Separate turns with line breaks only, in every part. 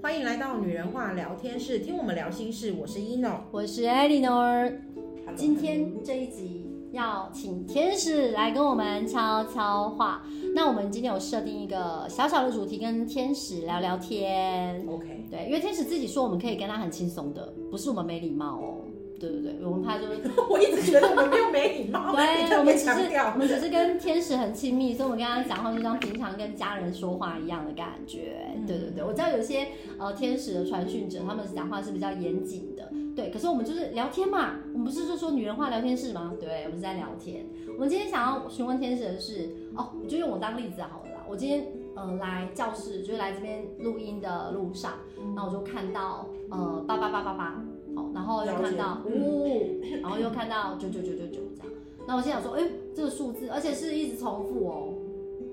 欢迎来到女人话聊天室，听我们聊心事。我是 ino，
我是 Eleanor。
Hello，
今天这一集要请天使来跟我们悄悄话。那我们今天有设定一个小小的主题，跟天使聊聊天。
OK，
对，因为天使自己说我们可以跟他很轻松的，不是我们没礼貌哦。对对对，我们怕就是
我一直觉得我们没有没礼貌，你
对，
特
我
别
们只
强
是
调
我。们只是跟天使很亲密，所以我们跟他讲话就像平常跟家人说话一样的感觉。
嗯
对对对，我知道有些呃天使的传讯者，他们讲话是比较严谨的，对。可是我们就是聊天嘛，我们不是就说女人话聊天室吗？对，我们是在聊天。我们今天想要询问天使的是，哦，我就用我当例子好了啦。我今天呃来教室，就是来这边录音的路上，然
哦
后我就看到呃八八八八八，好，然后又看到
了解嗯
五，然后又看到九九九九九这样。那我心想说，哎、这个数字，而且是一直重复哦。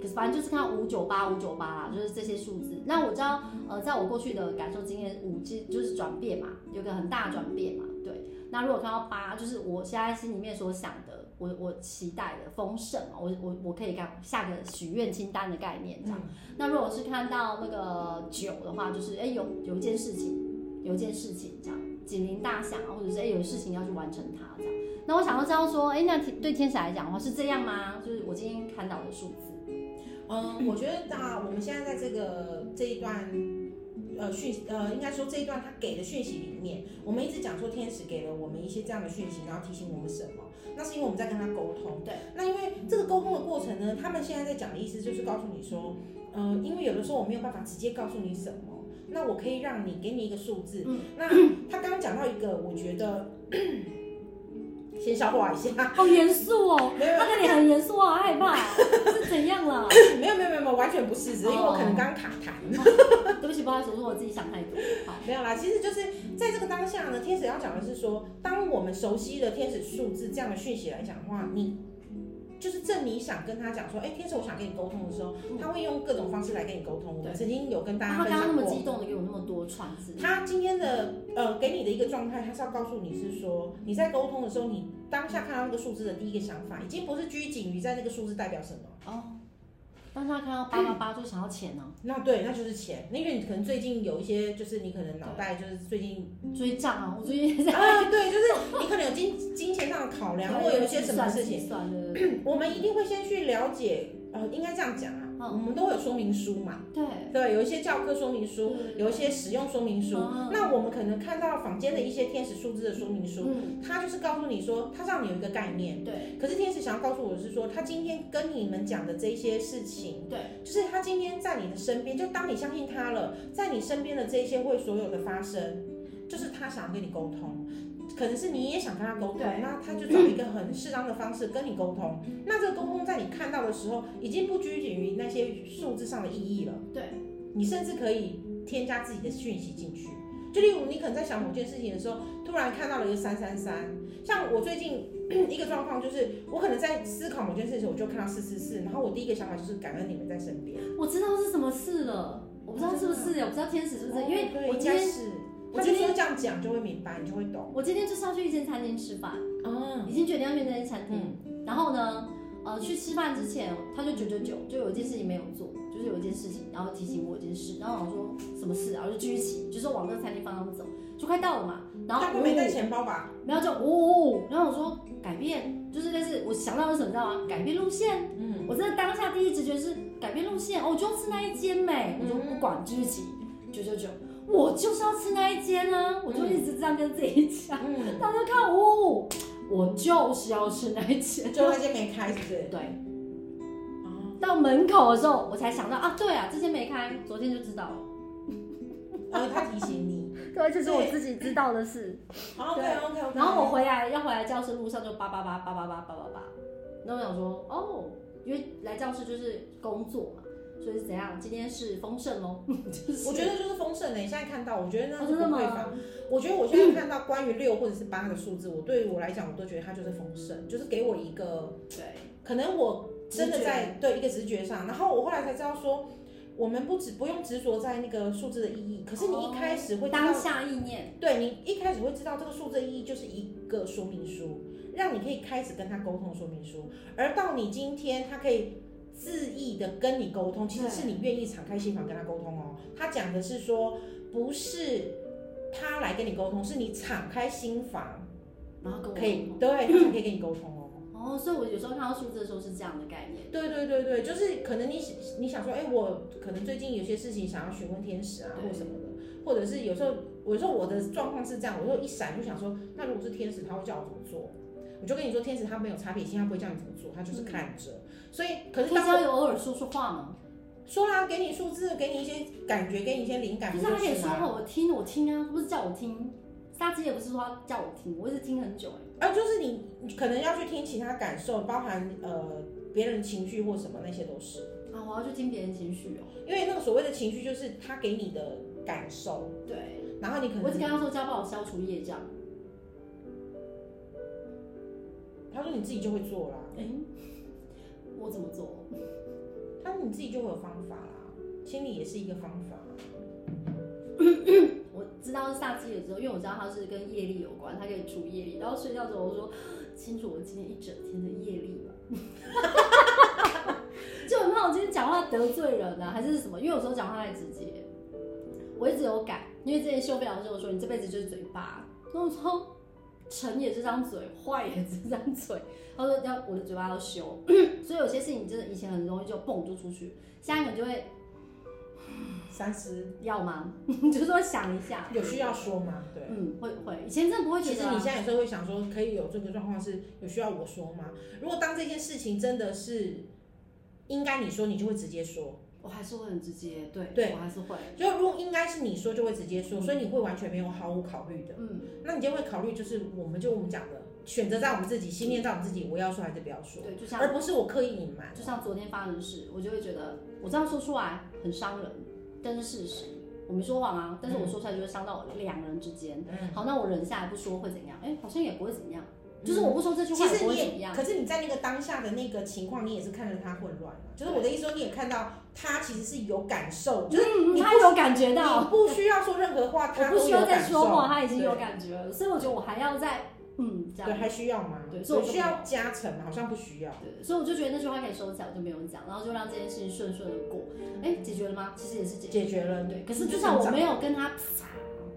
可是反正就是看到五九八五九八啦，就是这些数字。那我知道，呃，在我过去的感受经验，五就就是转变嘛，有个很大的转变嘛，对。那如果看到八，就是我现在心里面所想的，我我期待的丰盛嘛，我我我可以干下个许愿清单的概念这
嗯
样。那如果是看到那个九的话，就是哎、诶有有一件事情，有一件事情这样，警铃大响啊，或者是哎、诶有事情要去完成它这样。那我想要知道说，哎、那天对天使来讲的话是这样吗？就是我今天看到的数字，
嗯，我觉得啊，我们现在在这个这一段，呃，讯呃，应该说这一段他给的讯息里面，我们一直讲说天使给了我们一些这样的讯息，然后提醒我们什么？那是因为我们在跟他沟通。
对。
那因为这个沟通的过程呢，他们现在在讲的意思就是告诉你说，呃，因为有的时候我没有办法直接告诉你什么。那我可以让你给你一个数字，
嗯
那他刚刚讲到一个，我觉得先消化一下，
好严肃哦，
没有
他跟你很严肃，我好害怕，是怎样了？
没有没有没有没有，完全不是，只是因为我可能刚卡痰。
对不起，不好意思，我说我自己想太多。好，
没有啦，其实就是在这个当下呢，天使要讲的是说，当我们熟悉的天使数字这样的讯息来讲的话，你就是正你想跟他讲说，哎、天使，我想跟你沟通的时候，他会用各种方式来跟你沟通。我们
对
曾经有跟大家
嗯他
分
刚刚那
享
么
过
激。动的给我那么多串字，
他今天的呃给你的一个状态，他是要告诉你是说，你在沟通的时候，你当下看到那个数字的第一个想法，已经不是拘谨于在那个数字代表什么。
哦，当他看到八八八就想要钱啊呢、
那对，那就是钱。那因为你可能最近有一些，就是你可能脑袋就是最近
追账啊，我最近在
啊，对，就是你可能有金 金钱上的考量，或有一些什么事情，嗯
情，算对对
我们一定会先去了解。呃，应该这样讲啊，
嗯
我们都会有说明书嘛，
对，
对，有一些教科说明书，有一些使用说明书。
嗯
那我们可能看到坊间的一些天使数字的说明书，
嗯，
它就是告诉你说，它让你有一个概念。
对
可是天使想要告诉我的是说，他今天跟你们讲的这些事情，
对，
就是他今天在你的身边，就当你相信他了，在你身边的这些会所有的发生，就是他想要跟你沟通，可能是你也想跟他沟通
对，
那他就找一个很适当的方式跟你沟通。那这个沟通在你看到的时候，已经不拘谨于那些数字上的意义了，
对，
你甚至可以添加自己的讯息进去。就例如你可能在想某件事情的时候，突然看到了一个三三三，像我最近 一个状况就是，我可能在思考某件事情的时候，我就看到四四四，然后我第一个想法就是感恩你们在身边。
我知道是什么事了，我不知道是不是，我不知道天使是不是，因
哦对
为我
应
今
该
天
是，
我
他就
今
说
天
这样讲就会明白，你就会懂。
我今天就是要去一间餐厅吃饭，
哦，
已经决定要去那间餐厅，
嗯，
然后呢，呃，去吃饭之前他就九九九，就有一件事情没有做，就是有一件事情，然后提醒我一件事，然后我说什么事啊，然后就继续骑，就是往这个餐厅方向走，就快到了嘛，然后
他会没带钱包吧？
然后就呜、呜，然后我说改变，就是但是我想到的是什么，你知道吗？改变路线。
嗯，
我真的当下第一直觉是改变路线，哦，我就要吃那一间美，我就不管继续骑九九九，我就是要吃那一间啊，我就一直这样跟自己讲，
嗯，
大家看哦，我就是要吃那一间，
就那些没开是不是？
对，
哦，
到门口的时候我才想到啊，对啊，这间没开，昨天就知道了，
然后哦他提醒 你。
对，这
是我
自己知道的事，
哦，对，OK OK。
然后我回来要回来教室路上就叭叭叭叭叭叭叭叭叭，那我想说哦，因为来教室就是工作嘛，所以是怎样，今天是丰盛哦，就是
我觉得就是丰盛的，你现在看到，我觉得那是
哦，真的
不匮
吗
乏。？我觉得我现在看到关于六或者是八的数字，我对于我来讲，我都觉得它就是丰盛，就是给我一个
对，
可能我真的
直觉
在对一个直觉上，然后我后来才知道说，我们不只不用执着在那个数字的意义，可是你一开始会知道
当下意念，
对你一开始会知道这个数字意义就是一个说明书，让你可以开始跟他沟通的说明书，而到你今天他可以恣意的跟你沟通，其实
对
是你愿意敞开心房跟他沟通哦。他讲的是说，不是他来跟你沟通，是你敞开心房，
然后跟我
可以
沟通
对，他才可以跟你沟通哦。
哦，所以我有时候看到数字的时候是这样的概念，
对对对对，就是可能你你想说，哎、我可能最近有些事情想要询问天使啊，
对
或什么的，或者是有时候，有时候我的状况是这样，我就一闪就想说，那如果是天使，他会叫我怎么做？我就跟你说，天使他没有差别心，他不会叫你怎么做，他就是看着。所以，可是
可以
当我
交友偶尔说说话嘛，
说啦，给你数字，给你一些感觉，给你一些灵感，
就是
不
他可以
是
说
吗
话，我听我听啊，他不是叫我听，他之前也不是说他叫我听，我一直听很久哎、
啊，就是你你可能要去听其他感受，包含呃别人情绪或什么那些都是，
啊，我要去听别人情绪哦、
因为那个所谓的情绪就是他给你的感受，
对，
然后你可
我一直
能
跟他说这样帮我消除业障，
他说你自己就会做啦，
哎、我怎么做？
他说你自己就会有方法啦，心理也是一个方法，
我知道是萨基的之后，因为我知道他是跟业力有关，他可以除业力，然后睡觉的时候我说清楚我今天一整天的业力吧。就很怕我今天讲话得罪人啊，还是什么？因为有时候讲话太直接，我一直有改，因为之前修飞老师有说你这辈子就是嘴巴，那我说成也是张嘴，坏也是张嘴， 他说要我的嘴巴要修，所以有些事情真的以前很容易就蹦就出去，现在可能就会
三思
要吗？就是说想一下，
有需要说吗？对。
嗯，会会，以前真的不会觉
其
得、啊
实你现在有时候会想说，可以有这个状况是有需要我说吗？如果当这件事情真的是应该你说，你就会直接说。
我还是会很直接，对，
对
我还是会，
就如果应该是你说，就会直接说，所以你会完全没有毫无考虑的。
嗯，
那你就会考虑，就是我们就我们讲的，选择在我们自己，心念在我们自己，我要说还是不要说，
对，就像
而不是我刻意隐瞒。
就像昨天发生的事，我就会觉得我这样说出来很伤人，但是事实我没说谎啊，但是我说出来就会伤到两人之间。
嗯，
好，那我忍下来不说会怎样？哎、好像也不会怎样，就是我不说这句话
其
也
实
不会
你
怎
也，
样。
可是你在那个当下的那个情况，你也是看着他混乱嘛。就是我的意思说，你也看到他其实是有感受，就是
嗯，
你
他
不
有感觉
你
到，
不需要说任何话，
我
他
不
都
需
有
要再
感
说话，
受。
他已经有感觉了，所以我觉得我还要再嗯这
对，
样。
还需要吗？
对所
所
以我就
需要加成吗？好像不需要。
对，所以我就觉得那句话可以收起来，我就没有讲，然后就让这件事情顺顺的过。哎、解决了吗？其实也是解决。
解决了，
对，可是至少我没
有，
有跟他啪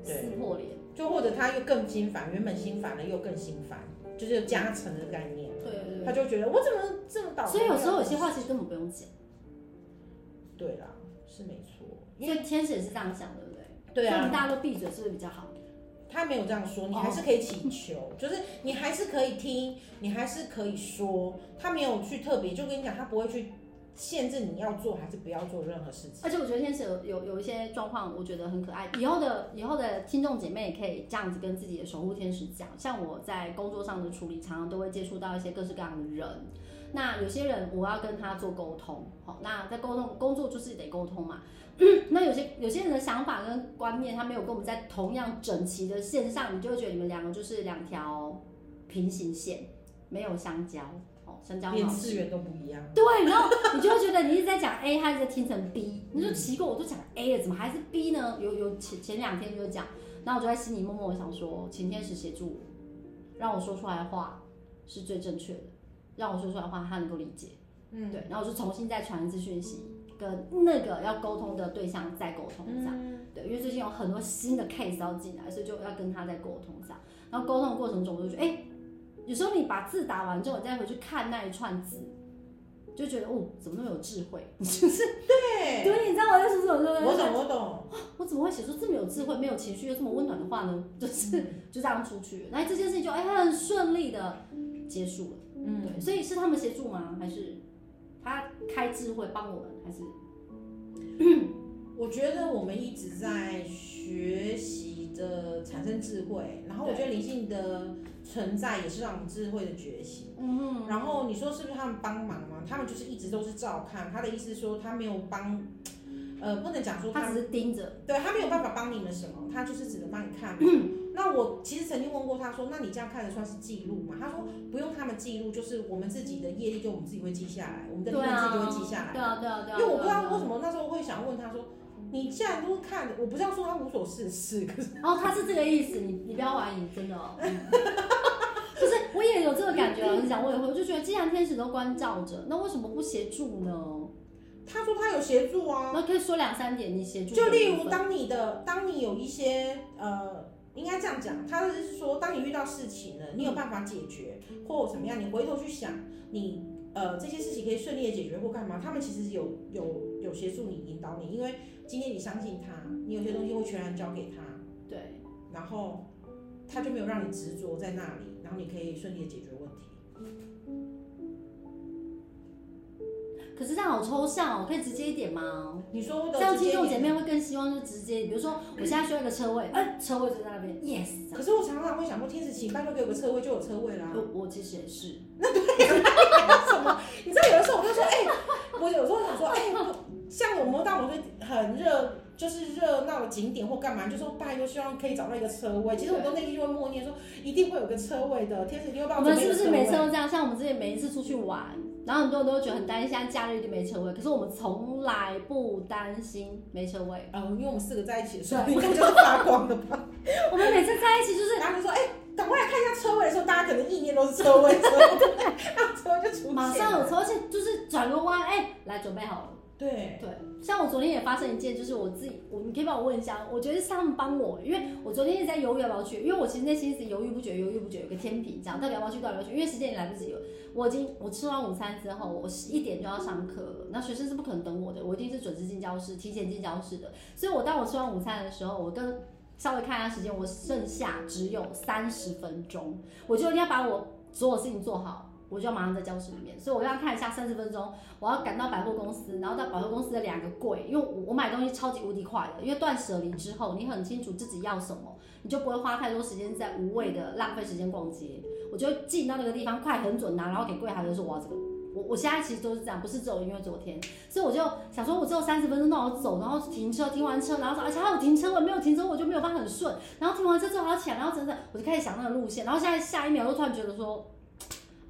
对
撕破脸。
就或者他又更心烦，原本心烦了又更心烦，就是加成的概念。
对对
他
对。
就觉得我怎么这么倒霉啊？
所以有时候有些话其实根本不用讲，
对啦，是没错，因
因
为
为天使也是这样想，对不对？
对
所以你
啊，
大家都闭嘴是不是比较好？
他没有这样说，你
哦
还是可以请求，就是你还是可以听，你还是可以说，他没有去特别，就跟你讲，他不会去限制你要做还是不要做任何事情。
而且我觉得天使有有有一些状况，我觉得很可爱。以后的以后的听众姐妹也可以这样子跟自己的守护天使讲。像我在工作上的处理，常常都会接触到一些各式各样的人。那有些人我要跟他做沟通，好，那在沟通工作就是得沟通嘛。 那有些有些人的想法跟观念，他没有跟我们在同样整齐的线上，你就会觉得你们两个就是两条平行线，没有相交。哦，相交很
连
好
次元都不一样，
对，然后你就会觉得你一直在讲 A，他一直在听成 B，你
嗯
就奇怪，我都讲 A 了，怎么还是 B 呢？有有前前两天就讲，然后我就在心里默默地想说，请天使协助我，让我说出来的话是最正确的，让我说出来的话他能够理解。
嗯，
对，然后我就重新再传一次讯息，跟那个要沟通的对象再沟通这样。
嗯，
对，因为最近有很多新的 case 要进来，所以就要跟他在沟通这样。然后沟通的过程中，我就觉得，哎、有时候你把字打完之后，你再回去看那一串字，就觉得哦，怎么那么有智慧？ 就是
对，
对，你知道我在说什么？对不
我
对
懂我懂，
啊我怎么会写出这么有智慧、没有情绪又这么温暖的话呢？就是
嗯
就这样出去，那这件事情就哎、很顺利的结束了。
嗯，
对，所以是他们协助吗？还是他开智慧帮我们？还是
我觉得我们一直在学习的产生智慧，然后我觉得灵性的存在也是让我们智慧的觉醒。
嗯
然后你说是不是他们帮忙吗？他们就是一直都是照看。他的意思是说他没有帮，呃，不能讲说他
他只是盯着，
对他没有办法帮你们什么，他就是只能帮你看嘛。
嗯
那我其实曾经问过他说，那你这样看的算是记录吗？他说不用他们记录，就是我们自己的业力，就我们自己会记下来，我们的
对
力量自己就
啊
会记下来。
对啊，对啊，对啊。
因为我不知道
对啊
为什么那时候会想问他说，你既然都是看的，我不是要说他无所事事， 可是
哦，他是这个意思，你你不要怀疑，真的 哦。就是我也有这个感觉，老实讲，我也会，我就觉得既然天使都关照着，那为什么不协助呢？
他说他有协助啊，
那可以说两三点你协助的
就
部分。
例如当你的当你有一些呃，应该这样讲，他是说当你遇到事情了，你有办法解决或怎么样，你回头去想，你呃这些事情可以顺利的解决或干嘛，他们其实有有有协助你引导你，因为今天你相信他，你有些东西会全然交给他，
对，
然后他就没有让你执着在那里，然后你可以顺利的解决问题。
可是这样好抽象哦，可以直接一点吗？
你说
这
的
样
直接
听
一
众
点
姐妹会更希望就直接，比如说我现在需要一个 车位，哎、车位就在那边，yes，这样。
可是我常常会想说，天使请拜托给我个车位就有车位啦。
我我其实也是，
什么？你知道有的时候我就说，哎、我有时候想说，哎、像我们到某些很热，就是热闹的景点或干嘛，就说拜托，希望可以找到一个车位。其实我都内心就会默念说，一定会有个车位的，天使一定会帮
我
我
们
准备
是
一
不
个车
是每次
位
都这样？像我们之前每一次出去玩，然后很多人都会觉得很担心，现在假日一定没车位，可是我们从来不担心没车位。
呃，因为我们四个在一起的时候，应该就是发光的 吧。
我们每次在一起就是
然后就说，哎、赶快来看一下车位的时候，大家可能意念都是车位，车位，那车位就出现了
马上有车，而且就是转个弯，哎、来准备好了。
对，
对，像我昨天也发生一件，就是我自己，我你可以帮我问一下，我觉得是他们帮我，因为我昨天一直在犹豫要不要去，因为我其实内心一直犹豫不决，犹豫不决，有个天平这样，到底要不要去，到底要不要去，因为时间也来不及了。我已经我吃完午餐之后，我十一点就要上课了，那学生是不可能等我的，我一定是准时进教室，提前进教室的。所以我当我吃完午餐的时候，我跟稍微看一下时间，我剩下只有三十分钟，我就一定要把我所有事情做好，我就要马上在教室里面，所以我要看一下三十分钟。我要赶到百货公司，然后到百货公司的两个柜，因为我我买东西超级无敌快的，因为断舍离之后，你很清楚自己要什么，你就不会花太多时间在无谓的浪费时间逛街。我就会进到那个地方，快很准拿，然后给柜台就说我要这个。我我现在其实都是这样，不是只有因为昨天，所以我就想说，我只有三十分钟，那我走，然后停车，停完车，然后说而且还有停车位，没有停车位我就没有办法很顺，然后停完车之后还要起来，然后等等，我就开始想那个路线，然后现在下一秒又突然觉得说，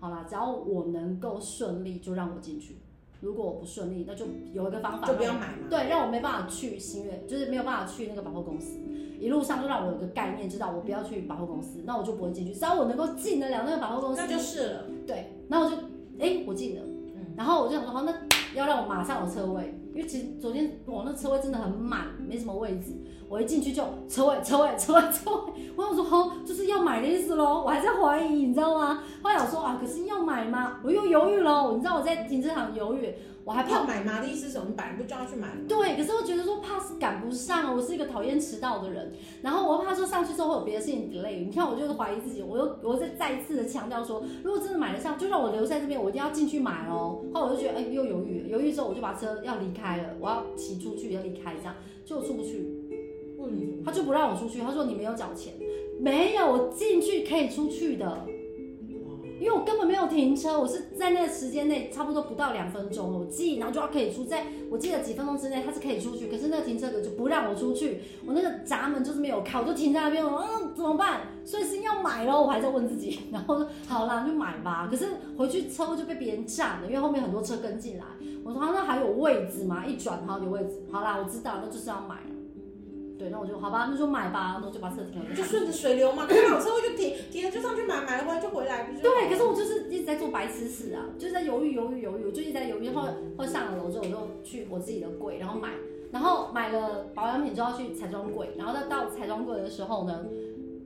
好啦，只要我能够顺利，就让我进去。如果我不顺利，那就有一个方法
就不
让
要
我
买嘛。
对，让我没办法去新月，就是没有办法去那个百货公司。一路上就让我有个概念，知道我不要去百货公司，那我就不会进去。只要我能够进得了那个百货公司，
那就是了。
对。然后我就哎、我进了，
嗯
然后我就想说，好，那要让我马上有车位，因为其实昨天我那车位真的很满，没什么位置。我一进去就车位，车位，车位，车位。我想说，哦，就是要买的意思喽。我还在怀疑，你知道吗？后来我说啊，可是要买吗？我又犹豫喽。你知道我在停车场犹豫，我还怕
要买嘛的意思是什么？你本来不就要去买了吗？
对，可是我觉得说怕是赶不上，我是一个讨厌迟到的人，然后我又怕说上去之后会有别的事情 delay。你看，我就是怀疑自己，我又我再再一次的强调说，如果真的买得上，就让我留在这边，我一定要进去买哦。后来我就觉得，哎、又犹豫了，犹豫之后我就把车要离开了，我要骑出去要离开，这样就出不去，
为什么？
他就不让我出去，他说你没有缴钱，没有，我进去可以出去的。
啊
因为我根本没有停车，我是在那个时间内差不多不到两分钟，我记，然后就要可以出，在我记得几分钟之内它是可以出去，可是那个停车格就不让我出去，我那个闸门就是没有开，我就停在那边，我嗯怎么办？所以是要买咯，我还在问自己，然后说好啦就买吧，可是回去车位就被别人占了，因为后面很多车跟进来，我说、啊、那还有位置吗？一转好有位置，好啦我知道，那就是要买了，对，那我就好吧，那就买吧，然后就把车停了，
就顺着水流嘛，看好车位就停，停了就上去买，买了回来就回来，不就？
对，可是我就是一直在做白痴事啊，就是在犹豫犹豫犹豫，我就一直在犹豫。后来后来上了楼之后，我就去我自己的柜，然后买，然后买了保养品之后要去彩妆柜，然后再到彩妆柜的时候呢，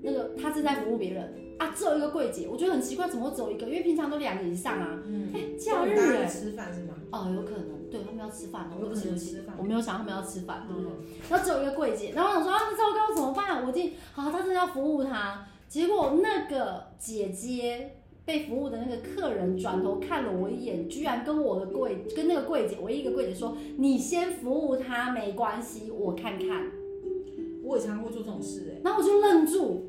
那个他是在服务别人啊，只有一个柜姐，我觉得很奇怪，怎么会只有一个？因为平常都两个以上啊。
嗯，
哎、假日
大家
哎、
去吃饭是吗？
哦，有可能，对他们要吃饭了，我
有
不
可
行
能，吃饭
我没有想他们要吃饭，对不对？
嗯
然后只有一个柜姐，然后我想说啊，糟糕，怎么办？我一定好，他真的要服务他。结果那个姐姐被服务的那个客人转头看了我一眼，居然跟我的柜跟那个柜姐唯一一个柜姐说：“你先服务他没关系，我看看。
我也常常会做这种事”
然后我就愣住，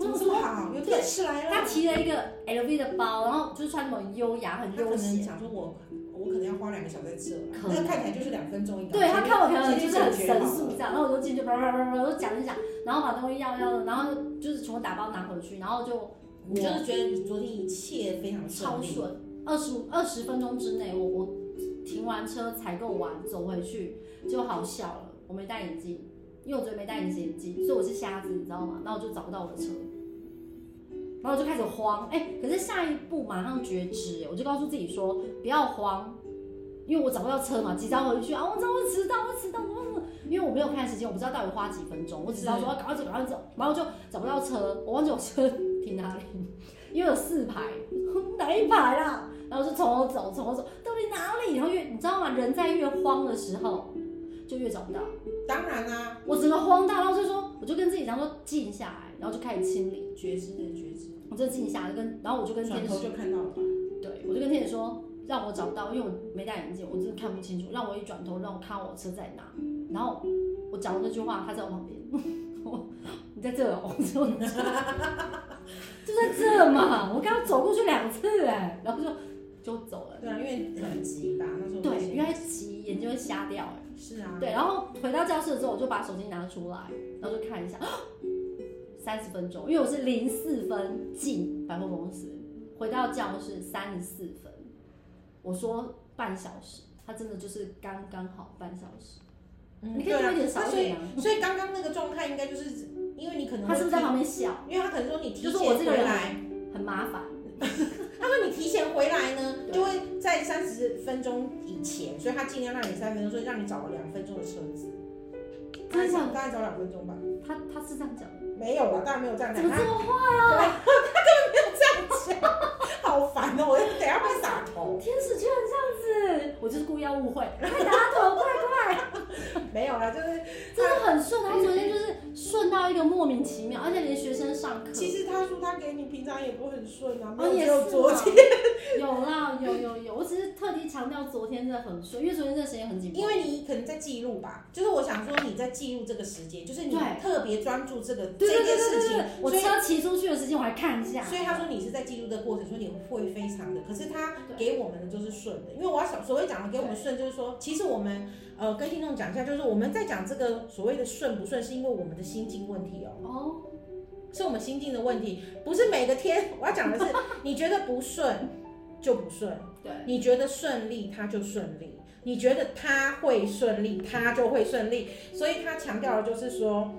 哎，
我
怎么
想
这
说
么好？有电视来
他
了。
提了一个 LV 的包，然后就穿那种优
他
雅、很
可
悠
能
闲。
想说我，我可能要花两个小时在这啦，
可
那
能
个看起来就是两分钟一个。
对他看我可
先
能就
去
是很
解决
神
好
速
了
这样，然后我就进去叭叭叭叭叭都讲一讲，然后把东西要要的，然后就是全部打包拿回去，然后就
你就是觉得你昨天一切非常顺
超
利，
顺，二十五二十分钟之内，我我停完车采购完走回去就好笑了，我没戴眼镜，因为我昨天没戴隐形眼镜，所以我是瞎子，你知道吗？然后我就找不到我的车。然后我就开始慌，哎、可是下一步马上觉知，我就告诉自己说不要慌，因为因为我找不到车嘛，急着回去啊，我知道我迟到，我迟到，我迟到因为我没有看时间，我不知道到底花几分钟，我只知道说要啊赶快走，赶快走，然后就找不到车，我忘记我车停哪里， 因为有四排， 哪一排啦？然后就从头走，从头走，到底哪里？然后越你知道吗？人在越慌的时候，就越找不到。
当然啦、
我整个慌到，然后就说，我就跟自己讲说静下来，然后就开始清理，
觉知的觉知，
我就静下来，跟然后我就跟
转
天使
头就看到了吧。
对，我就跟天姐说，让我找不到，因为我没戴眼镜，我真的看不清楚。让我一转头，让我看我车在哪。然后我讲完那句话，他在我旁边，我你在这哦，我说你在这就在这嘛，我刚刚走过去两次哎，然后就就走了。
对啊，因为很急吧，那时候很
对，
急
因为急眼睛会瞎掉哎。
是啊，
对，然后回到教室之后，我就把手机拿出来，然后就看一下， 三十分钟，因为我是零四分进百货公司，回到教室三十四分，我说半小时，他真的就是刚刚好半小时，
嗯
你可以
对啊
多一点
那
少一
所以
点啊。
所以刚刚那个状态应该就是因为你可能
他
会
是不是在旁边笑？
提因为他可能说你提
就
前
是我这个
回
人
来，
很麻烦，
他说你提前回来呢，
对
就会在三十分钟以前，所以他尽量让你三分钟，所以让你找了两分钟的车子。
真的假的
大概找两分钟吧，
他他是这样讲的，
没有了，当然没有这样
怎
讲，
么
他
这么坏？
好烦哦、我等一下被打头。
天使居然这样子，我就是故意要误会，快打头，快
没有啦，就是
真的很顺，他昨天就是顺到一个莫名其妙，而且连学生上课，
其实他说他给你平常也不很顺啊，没
哦
有
也
只
是
有昨天，
天有啦，有有有，我只是特地强调昨天真的很顺，因为昨天这个时间很紧
因
迫。
为你可能在记录吧，就是我想说你在记录这个时间，就是你
对
特别专注这个这
对对对
件
对
事
对
情
对，，我
所以
车骑出去的时间我还看一下。
所以他说你是在记录的过程，所以你会非常的。可是他
对
给我们的就是顺的，因为我要想所谓讲的给我们顺，就是说，其实我们呃跟听众讲一下，就是我们在讲这个所谓的顺不顺，是因为我们的心境问题哦，
哦，
是我们心境的问题，不是每个天。我要讲的是，你觉得不顺就不顺，
对，
你觉得顺利他就顺利，你觉得他会顺利他就会顺利。所以他强调的就是说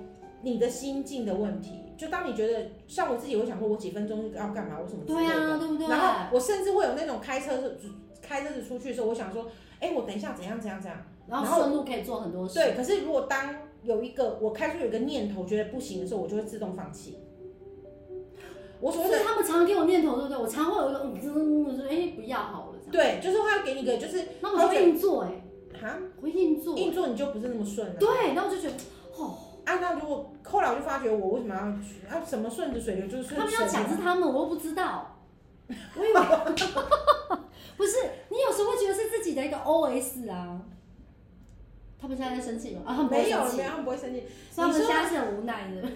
你的心境的问题。就当你觉得像我自己，我想说我几分钟要干嘛，我什么之类
对
的。
啊，对不对？
然后我甚至会有那种开车子开车子出去的时候，我想说，哎、我等一下怎样怎样怎样。
然后顺路可以做很多事。
对，可是如果当有一个我开出有一个念头觉得不行的时候，我就会自动放弃。我所谓
所
的
以他们常给我念头，对不对？我常会有一个嗯嗯，我说哎不要好了这样，
对，就是他会给你一个就是
那我就会硬做哎，
哈
我会硬做。
硬做你就不是那么顺了、
对，那我就觉得哦
啊，那如果后来我就发觉我为什么要去啊？什么顺着水流就是顺
他
着
们
水
要
流
讲是他们，我又不知道。我以为 不是，你有时候会觉得是自己的一个 OS 啊。他们现在在生气吗？啊，他们不会
没有
生
没
气
有，，他们不会生气。
所以他们
你说
现在是很无奈的。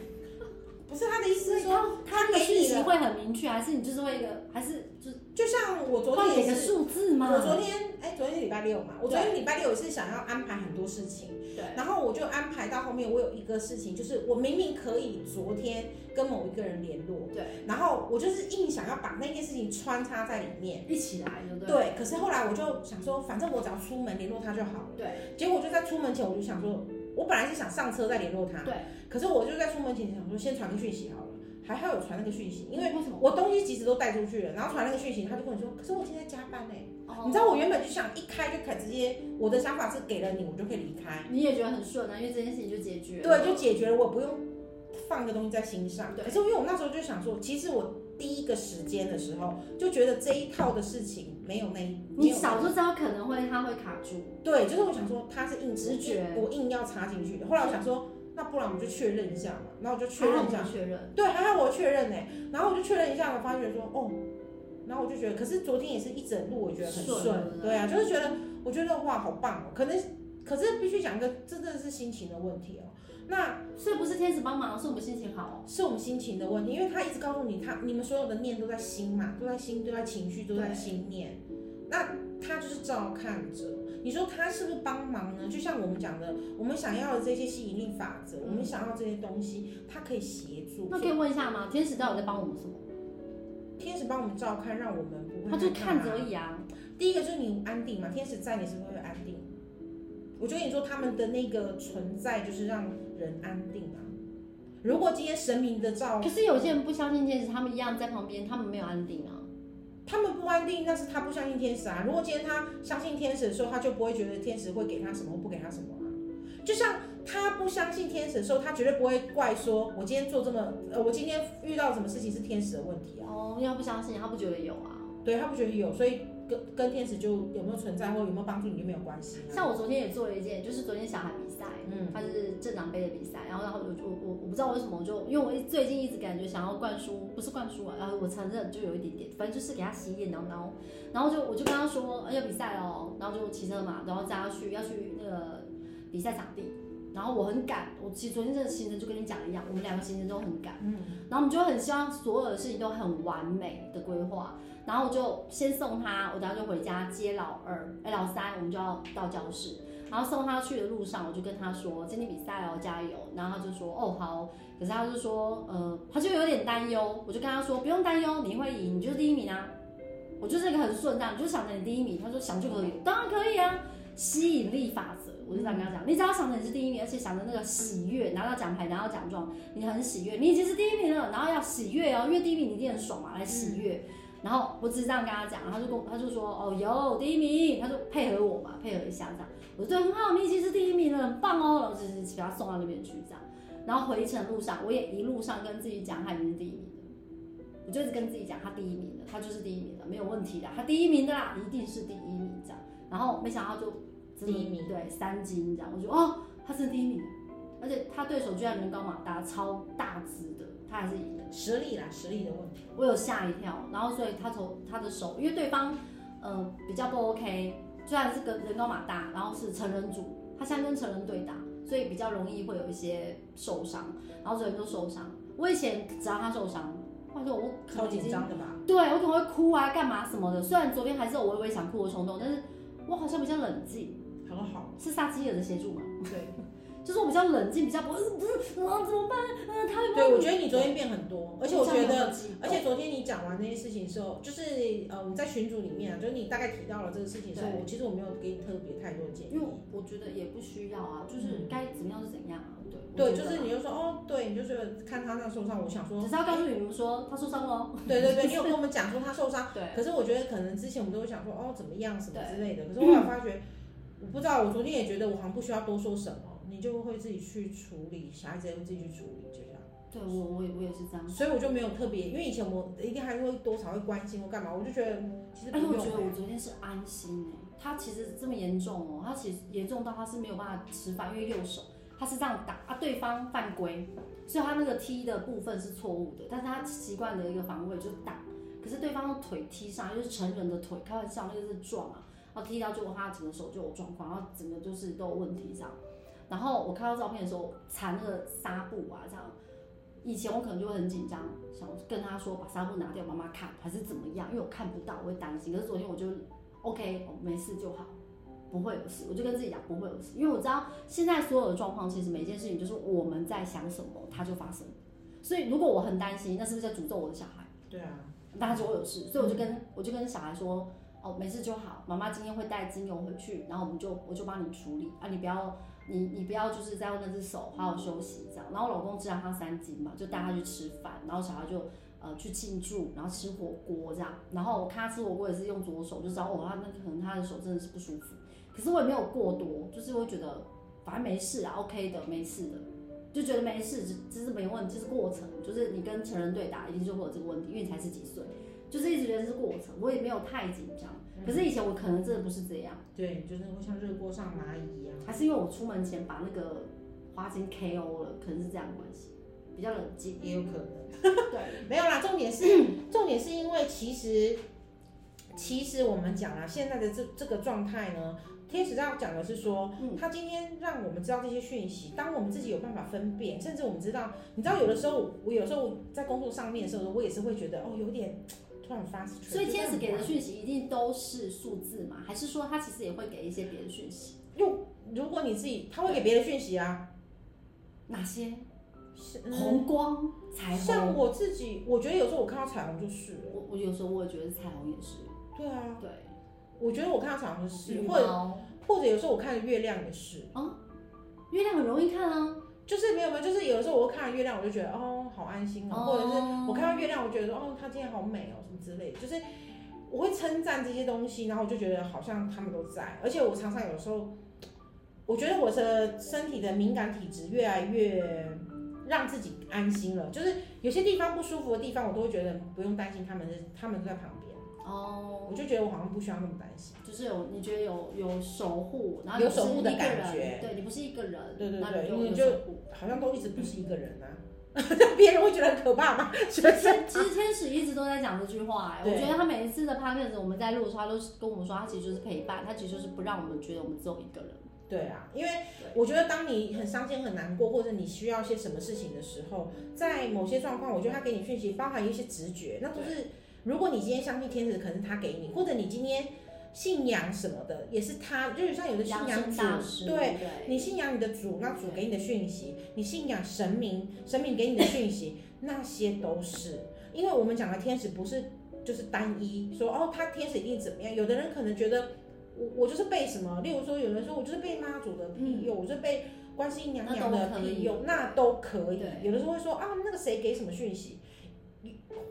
不是他的意思
所以
是说，
他他
他
的
给
讯
你
息
了
会很明确，还是你就是会一个，还是就是
就像我昨
放
天
给
也
个
是，
数字吗？
我昨天哎、昨天礼拜六嘛，我昨天礼拜六也是想要安排很多事情。
对
然后我就安排到后面，我有一个事情，就是我明明可以昨天跟某一个人联络，
对
然后我就是硬想要把那件事情穿插在里面。
一起来，对不对？
对，可是后来我就想说，反正我只要出门联络他就好了。
对
结果就在出门前，我就想说，我本来是想上车再联络他，
对，
可是我就在出门前想说，先传个讯息好了。还好有传那个讯息，因为
为什么？
我东西其实都带出去了，然后传那个讯息，他就跟我说，可是我今天在加班呢、
哦
你知道我原本就想一开就可以直接，我的想法是给了你，我就可以离开。
你也觉得很顺啊，因为这件事情就解决了。
对，就解决了，我不用放个东西在心上。
对
可是因为我那时候就想说，其实我第一个时间的时候就觉得这一套的事情没有那一，没
你
有
早就知道可能会他会卡住，
对，就是我想说他是硬
直觉
我硬要插进去的。后来我想说，那不然我们就确认一下嘛，然后我就确认一下
还好，你确认。
对，还好我确认呢、然后我就确认一下，我发觉说哦，然后我就觉得，可是昨天也是一整路，我觉得很
顺
顺，
了
对啊，就是觉得我觉得哇好棒哦、可能可是必须讲一个真的是心情的问题哦、那
所以不是天使帮忙，是我们心情好。
是我们心情的问题，因为他一直告诉你，他你们所有的念都在心嘛，都在心，都在情绪，都在心念。那他就是照看着。你说他是不是帮忙呢？就像我们讲的，我们想要的这些吸引力法则，我们想要这些东西，他可以协助。
嗯那可以问一下吗？天使到底在帮我们什么？
天使帮我们照看，让我们不会害怕。
他就看着而已啊。
第一个就是你安定嘛，天使在你是不是会安定？我就跟你说，他们的那个存在就是让人安定啊。如果今天神明的照哦
可是有些人不相信天使，他们一样在旁边，他们没有安定啊。
他们不安定，那是他不相信天使啊。如果今天他相信天使的时候，他就不会觉得天使会给他什么，不给他什么啊。就像他不相信天使的时候，他绝对不会怪说，我今天做这么，呃，我今天遇到什么事情是天使的问题啊。
哦，要不相信，他不觉得有啊。
对他不觉得有，所以跟跟天使就有没有存在或有没有帮助你就没有关系啊。
像我昨天也做了一件，就是昨天小孩比赛，
嗯
他是正长杯的比赛，然后然后我就我我我不知道为什么，我就因为我一最近一直感觉想要灌输，不是灌输啊，然后我承认就有一点点，反正就是给他洗脸挠挠，然后就我就跟他说、哎要比赛哦，然后就骑车嘛，然后载他去要去那个比赛场地。然后我很赶，我其实昨天这个行程就跟你讲的一样，我们两个行程都很赶，
嗯，
然后我们就很希望所有的事情都很完美的规划，然后我就先送他，我等下就回家接老二，哎，老三，我们就要到教室。然后送他去的路上，我就跟他说今天比赛哦，加油。然后他就说哦好，可是他就说呃，他就有点担忧。我就跟他说不用担忧，你会赢，你就是第一名啊。我就是一个很顺当，你就想着你第一名。他说想就可以，当然可以啊。吸引力法则，我就这样跟他讲，你只要想着你是第一名，而且想着那个喜悦，拿到奖牌，拿到奖状，你很喜悦，你已经是第一名了，然后要喜悦哦，因为第一名你一定很爽嘛，来喜悦。然后我只是这样跟他讲，然后他就跟我他就说哦有第一名，他就配合我嘛，配合一下这样，我就对很好，你已经是第一名了，很棒哦，然后就是把他送到那边去这样。然后回程路上，我也一路上跟自己讲他已经是第一名了，我就一直跟自己讲他第一名了，他就是第一名了，没有问题的，他第一名的啦，一定是第一名这样。然后没想到就真的
第一名
对三金这样，我觉得哦他是第一名，而且他对手居然人高马大，超大只的，他还是赢了。
实力啦，实力的问题。
我有吓一跳，然后所以他头他的手，因为对方呃比较不 OK，虽然是个人高马大，然后是成人组，他现在跟成人对打，所以比较容易会有一些受伤，然后所以就受伤。我以前只要他受伤，或者我可
超
能已
紧
经
张的吧？
对我可能会哭啊干嘛什么的。虽然昨天还是有微微想哭的冲动，但是我好像比较冷静，
很好，
是萨基尔的协助嘛，
对
就是我比较冷静，比较不呃呃呃怎么办？呃他有没
对，
有？
我觉得你昨天变很多，而且我觉
这样
得，
有激动
而且昨天你讲完那些事情的时候，就是呃我们在群组里面啊，就是你大概提到了这个事情的时候，
对
我其实我没有给你特别太多建议
因为，我觉得也不需要啊，就是
嗯
该怎么样就怎样啊，对。
对，
我
就
觉得
是
啦
你就说哦，对，你就觉得看他那受伤，我想说哎
只是，要告诉你们说他受伤了。
对对 对，你有跟我们讲说他受伤。
对，
可是我觉得可能之前我们都会想说哦怎么样什么之类的，可是
嗯
后来发觉，我不知道，我昨天也觉得我好像不需要多说什么，你就会自己去处理，小孩子也会自己去处理，就这样。
对我我也我也是这样。
所以我就没有特别，因为以前我一定还会多少会关心或干嘛，我就觉得其实不
而且
用啊
我觉得我昨天是安心哎、他其实这么严重哦、他其实严重到他是没有办法吃饭，因为右手他是这样打啊，对方犯规，所以他那个踢的部分是错误的，但是他习惯的一个防卫就打，可是对方用腿踢上来，就是成人的腿，开玩笑那个是撞啊，然后踢到就他整个手就有状况，然后整个就是都有问题这样。然后我看到照片的时候，缠那个纱布啊这样。以前我可能就会很紧张，想跟他说把纱布拿掉，妈妈看还是怎么样，因为我看不到，我会担心。可是昨天我就 OK，哦，没事就好，不会有事。我就跟自己讲不会有事，因为我知道现在所有的状况，其实每件事情就是我们在想什么，它就发生。所以如果我很担心，那是不是在诅咒我的小孩？
对啊，
那他就会有事，所以我就跟、我就跟小孩说，哦，没事就好，妈妈今天会带精油回去，然后我们就我就帮你处理啊，你不要你你不要就是再用那只手好好休息这样。然后我老公知道他三斤嘛，就带他去吃饭，然后小孩就呃去庆祝，然后吃火锅这样。然后我看他吃火锅也是用左手，就知道哦，他那个可能他的手真的是不舒服，可是我也没有过多，就是我觉得反正没事啊，OK 的，没事的。就觉得没事，只只是没问题，这是过程，就是你跟成人对打，一定就会有这个问题，因为你才十几岁。就是一直觉得是过程，我也没有太紧张。
嗯
可是以前我可能真的不是这样，
对，就是会像热锅上蚂蚁一样。
还是因为我出门前把那个花精 KO 了，可能是这样的关系，比较冷 静。
也有可能，
对，
没有啦。重点是，
嗯
重点是因为其实，其实我们讲啊，现在的这这个状态呢，天使要讲的是说，
嗯
他今天让我们知道这些讯息，当我们自己有办法分辨，甚至我们知道，你知道，有的时候我有时候在工作上面的时候，我也是会觉得哦，有点突然发，
所以天使给的
就
讯息一定都是数字嘛？还是说他其实也会给一些别的讯息？
如果你自己，他会给别的讯息啊，
哪些？
是
红光、哦彩
嗯
虹。
像我自己，我觉得有时候我看到彩虹就是了，
我我有时候我也觉得彩虹也是，
对啊，
对，
我觉得我看到彩虹就是，
羽
或者
毛，
或者有时候我看月亮也是，
月亮很容易看啊。
就是没有没有，就是有的时候我看月亮，我就觉得啊哦哦好安心哦，或者是我看到月亮，我觉得说哦它今天好美哦什么之类的，就是我会称赞这些东西，然后我就觉得好像他们都在，而且我常常有时候，我觉得我的身体的敏感体质越来越让自己安心了，就是有些地方不舒服的地方，我都会觉得不用担心他们，他们都在旁边，
哦，
我就觉得我好像不需要那么担心。
就是有你觉得有有守护，然后你
有
不是
守护的
一个
感
人
觉
对你不是一个人，
对对
那
对
你就
因为
有
就
守护。
好像都一直不是一个人 啊，别人会觉得很可怕吗？
其
学生
实其实天使一直都在讲这句话、哎，我
对
觉得他每一次的 p o d c a s 我们在录的时候，他都是跟我们说，他其实就是陪伴，他其实就是不让我们觉得我们只有一个人。
对啊，因为我觉得当你很伤心、很难过，或者你需要些什么事情的时候，在某些状况，我觉得他给你讯息，包含一些直觉，那都是如果你今天相信天使，可能是他给你，或者你今天信仰什么的，也是他，就是像有的信
养
仰
生大
主，
师，
对。
对
你信仰你的主，那主给你的讯息；你信仰神明，神明给你的讯 息，那些都是。因为我们讲的天使不是就是单一说哦，他天使一定怎么样？有的人可能觉得我我就是被什么，例如说有人说我就是被妈祖的庇佑，我就是被观世音娘娘
嗯那
的
都可以
庇佑，那都可以
对。
有的时候会说啊，那个谁给什么讯息？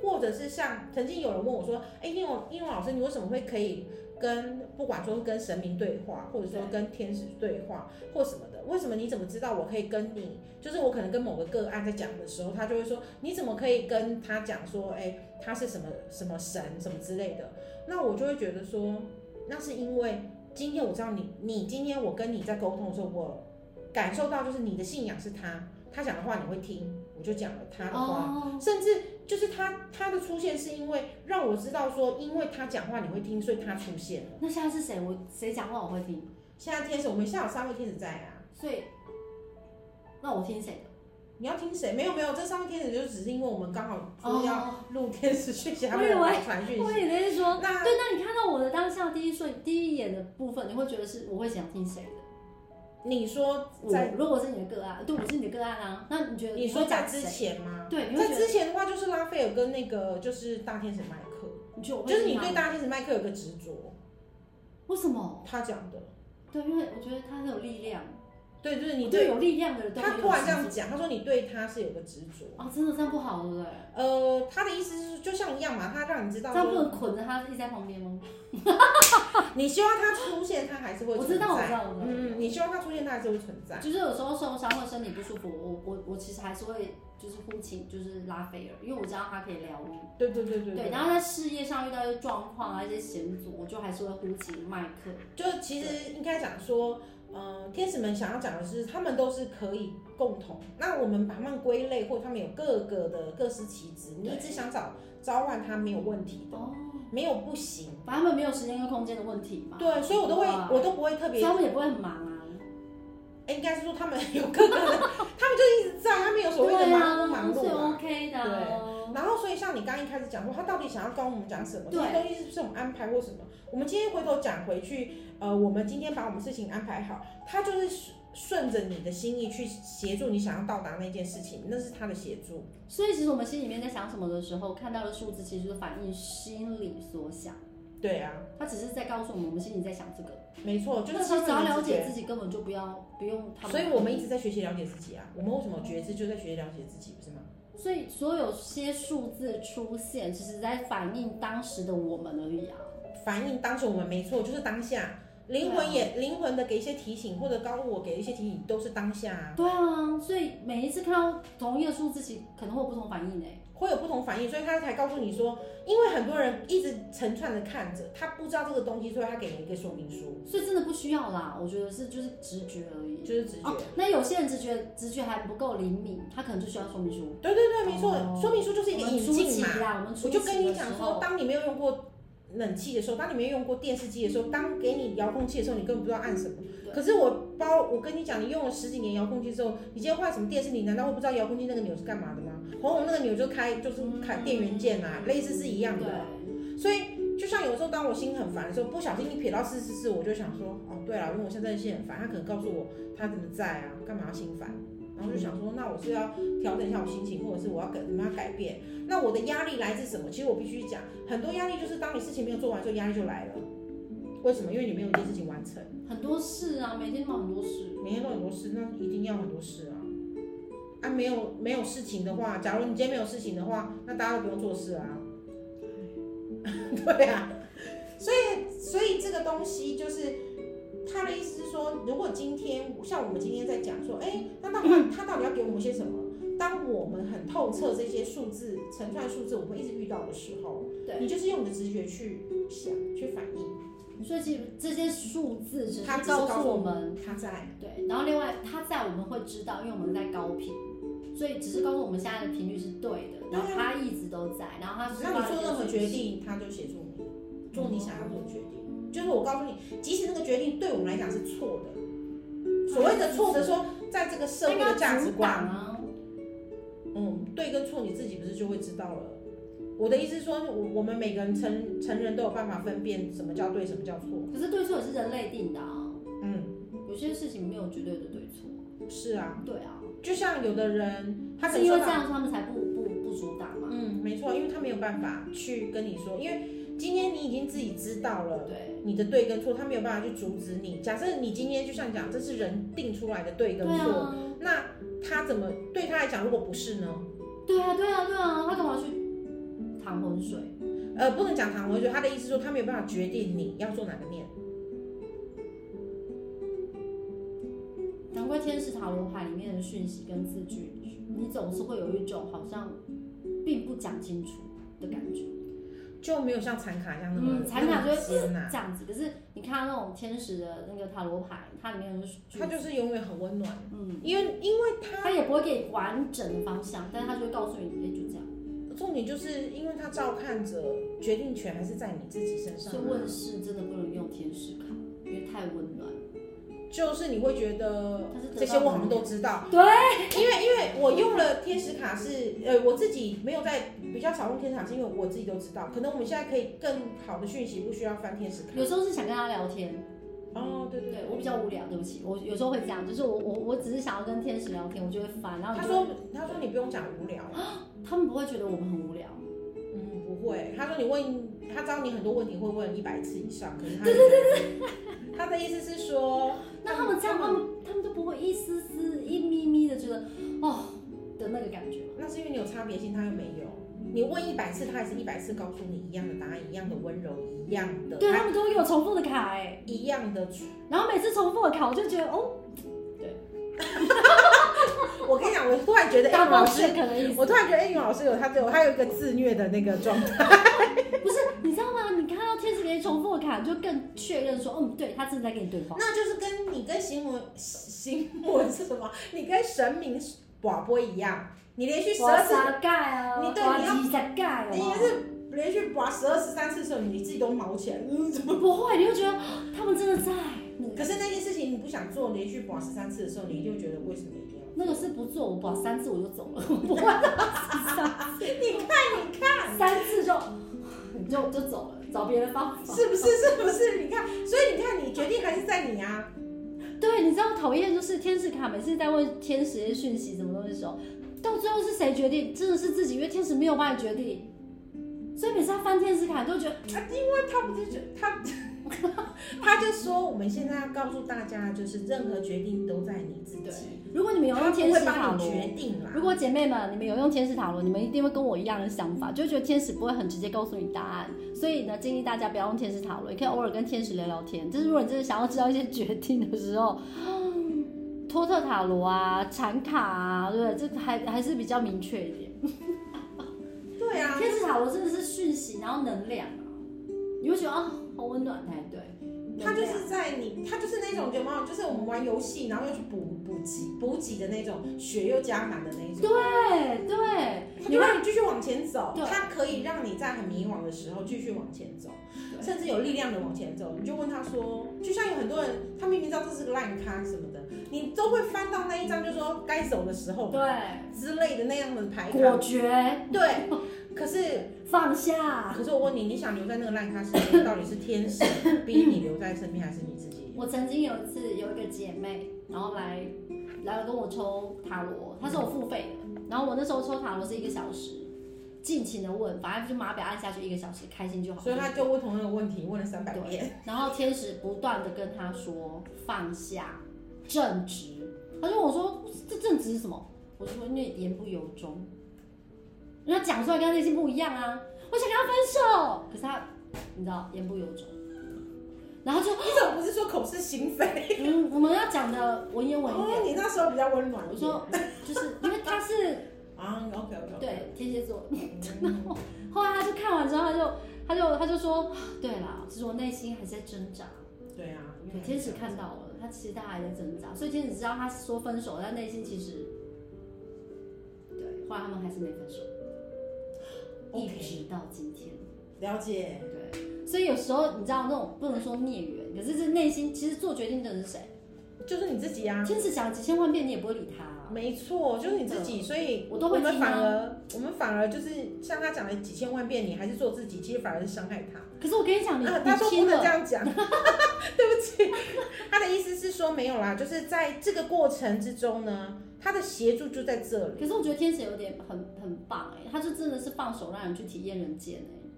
或者是像曾经有人问我说，哎、英勇英勇老师，你为什么会可以跟不管说跟神明对话，或者说
对
跟天使对话或什么的，为什么你怎么知道我可以跟你？就是我可能跟某个个案在讲的时候，他就会说你怎么可以跟他讲说，哎、他是什么什么神什么之类的？那我就会觉得说，那是因为今天我知道你，你今天我跟你在沟通的时候，我感受到就是你的信仰是他，他讲的话你会听，我就讲了他的话。
哦，
甚至就是他他的出现是因为让我知道说，因为他讲话你会听，所以他出现了。
那现在是谁？我谁讲话我会听，
现在天使，我们下有三位天使在啊，
所以那我听谁的？
你要听谁？没有没有，这三位天使就只是因为我们刚好说要
哦，
录天使讯息，他
我
们
以为
来传讯
我
息。
以为是说，
那
对，那你看到我的当下第一瞬、第一眼的部分，你会觉得是我会想听谁的？
你说在
我如果是你的个案，对，我是你的个案啊，那你觉得
你说
会
在
讲
之
谁？
前吗？
对，你会
在
觉得
之前的话，就是拉斐尔跟那个就是大天使麦克，
你觉得我会
就是你
听
对
吗
大天使麦克有个执着，
为什么？
他讲的，
对，因为我觉得他很有力量，
对，就是
我
你
对
对
有力量的人都
他
会有
突然这
信
样
心
讲，他说你对他是有个执着。
哦，真的这样不好，对不对？
呃，他的意思是就像一样嘛，他让你知道
这样不
说，
能捆着他一直在旁边吗？
你希望他出现，他还是会
我
存在。
知道，我知道，我知道。
嗯，你希望他出现，他还是会存在。
就是有时候受伤或身体不舒服，我我我其实还是会就是呼请就是拉斐尔，因为我知道他可以疗愈。
对对对对
对，然后在事业上遇到一些状况啊，一些险阻，我就还是会呼请麦克。
就其实应该讲说，呃，天使们想要讲的是，他们都是可以共同。那我们把他们归类，或者他们有各个的各司其职，你
对
只想找召唤他没有问题的，
哦，
没有不行。
反正他们没有时间跟空间的问题嘛。
对，所以我都会，我都不会特
啊所
别
以他们也不会很忙啊。
哎应该是说他们有各个的，他们就一直在，他们有所谓的
对
忙
啊，
不忙
是
碌嘛。
OK 的啊。
然后，所以像你刚刚一开始讲说，他到底想要跟我们讲什么？这些
对
东西是不是我们安排或什么？我们今天回头讲回去，呃，我们今天把我们事情安排好，他就是顺顺着你的心意去协助你想要到达那件事情，那是他的协助。
所以其实我们心里面在想什么的时候，看到的数字其实就是反映心里所想，
对啊，
它只是在告诉我们我们心里在想这个。
没错，就是
那其
他
实
们
只要
的
了
直
解
觉
自己，根本就不要不用他们。
所以我们一直在学习了解自己啊。我们为什么觉知，就在学习了解自己，不是吗？
所以所有些数字出现，只是在反映当时的我们而已啊。
反映当时我们没错，就是当下。灵魂也
啊
灵魂的给一些提醒，或者高我给一些提醒，都是当下、啊。
对啊，所以每一次看到同一个数字，其实可能会有不同反应欸诶、
会有不同反应，所以他才告诉你说，因为很多人一直成串的看着，他不知道这个东西，所以他给你一个说明书，
所以真的不需要啦，我觉得是就是直觉而已。
就是直觉。
哦，那有些人直觉直觉还不够灵敏，他可能就需要说明书。
对对对，没错，
哦
说明书就是一个
我们
引
初期
进嘛。
啦，我们初
我
期
就
的时候
跟你讲说，当你没有用过冷气的时候，当你没有用过电视机的时候，当给你遥控器的时候，你根本不知道按什么。
嗯对
可是我包，我跟你讲，你用了十几年遥控器之后，你今天换什么电视，你难道会不知道遥控器那个钮是干嘛的吗？红红那个钮就开就是
嗯
开电源键啊，类似是一样的。
对，
所以就像有时候当我心很烦的时候，不小心一瞥到四四四，我就想说，哦，对了，因为我现在心很烦，他可能告诉我他怎么在啊，干嘛要心烦，然后就想说，那我是要调整一下我心情，或者是我要改怎么样改变？那我的压力来自什么？其实我必须讲，很多压力就是当你事情没有做完的时候，压力就来了。为什么？因为你没有一件事情完成，
很多事啊，每天都很多事。
每天都很多事，那一定要很多事啊。啊，没有没有事情的话， 假如你今天没有事情的话，那大家都不用做事啊。对啊，所以这个东西就是他的意思是说，如果今天像我们今天在讲说，哎、那到
嗯
底他到底要给我们些什么？当我们很透彻这些数字、成串数字，我们一直遇到的时候，
对
你就是用你的直觉去想、去反应，
所以其实这些数字只
它
是
只是告
告
诉
诉我
我
们，
他在
对，然后另外它在我们会知道，因为我们在高频，所以只是告诉我们现在的频率是对
啊
的，然后它一直都在，然后它是
让你
发
做任何
现
决
讯息，
定，他就协助你做你想要做的决定。就是我告诉你，即使那个决定对我们来讲是错的，所谓的错的说，在这个社会
它
的
应该
价值
阻
观
挡，啊，
嗯，对跟错你自己不是就会知道了。我的意思是说，我我们每个人成成人都有办法分辨什么叫对，什么叫错。
可是对错也是人类定的啊，
嗯，
有些事情没有绝对的对错，
是啊，
对啊，
就像有的人他可
是
能
因
受
为这
到，
样他们才不不不阻挡嘛，
嗯，没错，因为他没有办法去跟你说，因为今天你已经自己知道了
对，
你的对跟错，他没有办法去阻止你。假设你今天就像讲，这是人定出来的对跟
对
错，
啊，
那他怎么对他来讲，如果不是呢？
对啊，对啊，对啊，他干嘛去淌浑水？
呃，不能讲堂我觉得他的意思说他没有办法决定你要做哪个面。
难怪天使塔罗牌里面的讯息跟字句，你总是会有一种好像并不讲清楚的感觉，
就没有像残卡一样那么
嗯残卡就会
艰难，
这样子。可是你看那种天使的那个塔罗牌，它里面的讯
它就是永远很温暖，
嗯，
因为因为
它也不会给你完整的方向，但是它就会告诉你，哎，就这样。
重点就是因为它照看着，决定权还是在你自己身上
所以
啊，
问世真的不能用天使卡，因为太温暖。
就是你会觉得
它是得到
这些我好像都知道，
对，
因为因为我用了天使卡是，呃，我自己没有在比较少用天使卡，是因为我自己都知道，可能我们现在可以更好的讯息不需要翻天使卡。
有时候是想跟他聊天，
哦，对对
对我
对，
比较无聊，对不起，我有时候会这样，就是我我我只是想要跟天使聊天，我就会翻，然后
他
你就
说他说你不用讲无聊，
他们不会觉得我们很无聊。
嗯，不会。他说你问，他知道你很多问题会问一百次以上，可是他对对对对，他的意思是说，
那他们这样，他们他们都不会一丝丝、一咪咪的觉得哦的那个感觉吗？
那是因为你有差别性，他又没有。你问一百次，他也是一百次告诉你一样的答案，一样的温柔，一样的，
对
他
他们都会给我重复的卡哎、
一样的。
然后每次重复的卡，我就觉得哦，
我跟你讲，我突然觉得 A
大
老
宝
师，
是可能意思
我突然觉得 A 老师有他有他有一个自虐的那个状态。
不是，你知道吗？你看到天使给你重复的卡，你就更确认说，嗯，对他正在跟你对话。
那就是跟你跟行魔行魔是什么？你跟神明寡播一样，你连续十二次
啥盖啊，
你对
哇
你要
几十盖啊，
你也是连续拔十二十三次的时候，你自己都毛起来。嗯，怎么？
不会，你会觉得哦他们真的在。那
可
个
是那件事情你不想做，连续拔十三次的时候，你一定会觉得为什么一定要？
那个是不做，我把三次我就走了， 我不会到
你看，你看，
三次就 你就就走了，找别的方法。
是不是？是不是？你看，所以你看，你决定还是在你啊。
对，你知道讨厌就是天使卡，每次在问天使一些讯息什么东西的时候，到最后是谁决定？真的是自己，因为天使没有帮你决定。所以每次他翻天使卡，你都觉得
啊，因为他不就觉他， 他就说我们现在要告诉大家，就是任何决定都在你自
对
己，。
如果你们有
他
用
不
天使
会
塔
帮你
罗，
决定啦
如。果姐妹们你们有用天使塔罗，你们一定会跟我一样的想法，就觉得天使不会很直接告诉你答案。所以呢，建议大家不要用天使塔罗，也可以偶尔跟天使聊聊天。就是如果你真的想要知道一些决定的时 候，托特塔罗啊、产卡啊，对不对？这个还还是比较明确一点。
对啊，
天使塔罗真的是讯息，然后能量啊，你会觉得啊、好温暖哎，对，
他就
能量
是在你，他就是那种有没有？就是我们玩游戏，然后又去补补给补给的那种，血又加满的那种。
哎对对，
它就让你继续往前走
对，
它可以让你在很迷惘的时候继续往前走，
对
甚至有力量的往前走。你就问他说，就像有很多人，他明明知道这是个烂咖什么的，你都会翻到那一张，就说该走的时候
对，
之类的那样的牌
果
卡。
决
对，可是
放下。
可是我问你，你想留在那个烂咖身边，到底是天 使逼你留在身边，还是你自己？
我曾经有一次有一个姐妹，然后来来跟我抽塔罗，她是我付费的，然后我那时候抽塔罗是一个小时，尽情的问，反正就码表按下去一个小时，开心就好。
所以他就问同样的问题，问了三百遍。
对，然后天使不断的跟她说放下，正直，她就问我说这正直是什么？我就说因为言不由衷，人家讲出来跟她内心不一样啊，我想跟她分手，可是她你知道言不由衷，然后就
你怎么不是说口是心 非？
嗯，我们要讲的文言文一
哦，
点。
你那时候比较温暖一点。
我说就是因为他 是
啊，OK OK，
对天蝎座，
对，
后来他就看完之后，他就他就他就说，啊对啦，其实我内心还在挣扎。
对啊，因
对，
为
天使看到了，他其实他还在挣扎，所以天使知道他说分手，但内心其实，对，后来他们还是没分手
OK
一直到今天。
了解，
对，所以有时候你知道那种不能说孽缘，可是这内心其实做决定的人是谁？
就是你自己啊，
天使讲几千万遍你也不会理他啊、
没错，就是你自己，所以
嗯我都会
我们
听
反
啊。
而我们反而就是像他讲了几千万遍，你还是做自己，其实反而是伤害他。
可是我跟你讲，你、
啊，他
你
说不
听
能
了
这，样 讲，对不起，他的意思是说没有啦，就是在这个过程之中呢，他的协助就在这里。
可是我觉得天使有点很很棒哎、他就真的是放手让人去体验人间哎、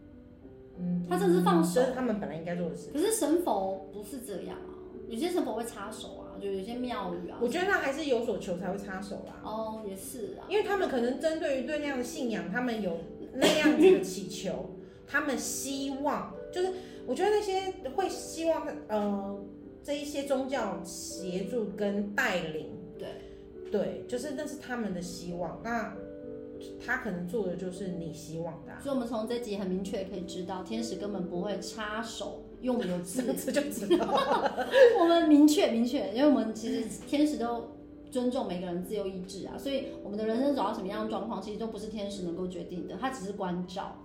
嗯，
他真的是放手
这是他们本来应该做的事。
可是神佛不是这样啊，有些神佛会插手啊，就有些庙宇啊
我。觉得他还是有所求才会插手啦。
哦，也是啊，
因为他们可能针对于对那样的信仰，他们有那样子的祈求， 他们希望就是，我觉得那些会希望呃这一些宗教协助跟带领，
对，
对，就是那是他们的希望。那他可能做的就是你希望的、啊，
所以我们从这集很明确可以知道，天使根本不会插手，因为我们有智
这次就知道。
我们明确明确，因为我们其实天使都尊重每个人自由意志啊，所以我们的人生走到什么样的状况，其实都不是天使能够决定的，它只是关照。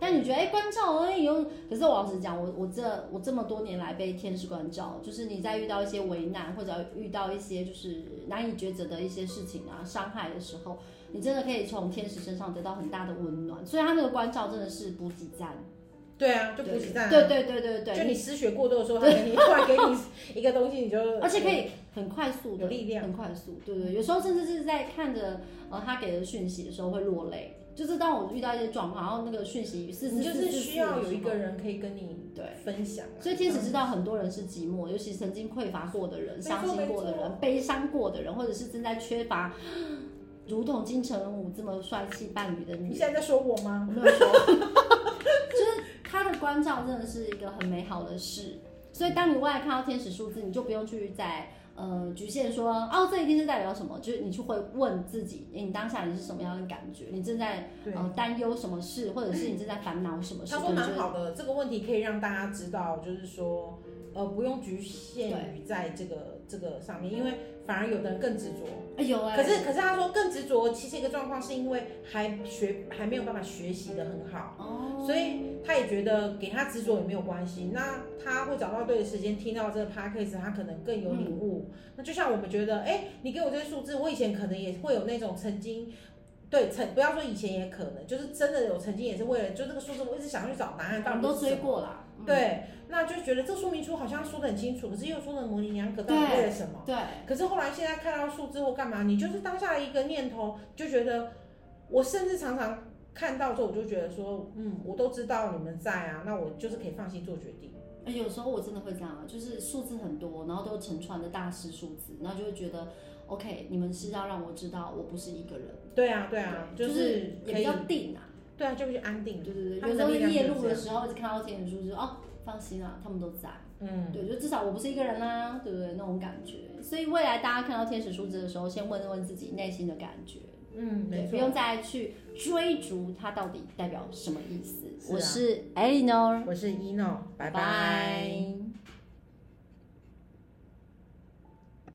但你觉得，哎、关照而已哦。可是我老实讲，我我这我这么多年来被天使关照，就是你在遇到一些危难或者遇到一些就是难以抉择的一些事情啊、伤害的时候，你真的可以从天使身上得到很大的温暖。所以他那个关照真的是补给站，
对啊，就补习站、啊。
对对对对对，
就你失血过多的时候，他给你突然给你一个东西，你就
而且可以很快速的
有力量
很快速，对对，有时候甚至是在看着呃他给的讯息的时候会落泪，就是当我遇到一些状况，然后那个讯息是
你就是需要有一个
人
人可以跟你
对。
分享、啊。
所以天使知道很多人是寂寞，尤其曾经匮乏过的人、
没错
伤心过的
没
人、悲伤过的人，或者是正在缺乏，如同金城武这么帅气伴侣的女
你
人。
现在在说我吗？
我没有说，就是他的关照真的是一个很美好的事。所以当你未来看到天使数字，你就不用去再呃局限说哦，这一定是代表什么，就是你去会问自己，哎诶你当下你是什么样的感觉，你正在
对
呃担忧什么事，或者是你正在烦恼什么事，
他说
对
蛮
就是
好的，这个问题可以让大家知道，就是说，呃，不用局限于在这个这个上面，因为反而有的人更执着。
哎呦哎、
可是可是他说更执着，其实一个状况是因为还学还没有办法学习的很好，
哦，
所以他也觉得给他执着也没有关系。那他会找到对的时间听到这个 podcast，他可能更有领悟。
嗯
那就像我们觉得，哎、你给我这些数字，我以前可能也会有那种曾经。对，曾不要说以前也可能，就是真的有曾经也是为了就这个数字，我一直想要去找答案，
我
到
们
底
嗯都
是什
追
么？
过啦，嗯
对，那就觉得这说明书好像说的很清楚，可是又说的模棱两可，到底
对
为了什么？
对，
可是后来现在看到数字或干嘛，你就是当下的一个念头，就觉得我甚至常常看到之后，我就觉得说，嗯，我都知道你们在啊，那我就是可以放心做决定。
哎有时候我真的会这样啊，就是数字很多，然后都成串的大师数字，然后就会觉得 OK，你们是要让我知道我不是一个人。
对啊，对啊，
对
是可
也比
以
较，定啊。
对啊，就去安定
对。对
他
对，
们
有时
的
候
力量
夜
就是
路
这
的
样
时候，就看到天使书，就说哦，放心啊，他们都在。
嗯，
对，就至少我不是一个人啦，对不对？那种感觉。所以未来大家看到天使数字的时候，先问问自己内心的感觉，
嗯，
对，
没
不
错。
用再去追逐它到底代表什么意思。
是啊
我是 Eleanor，
我是一诺，拜拜。
拜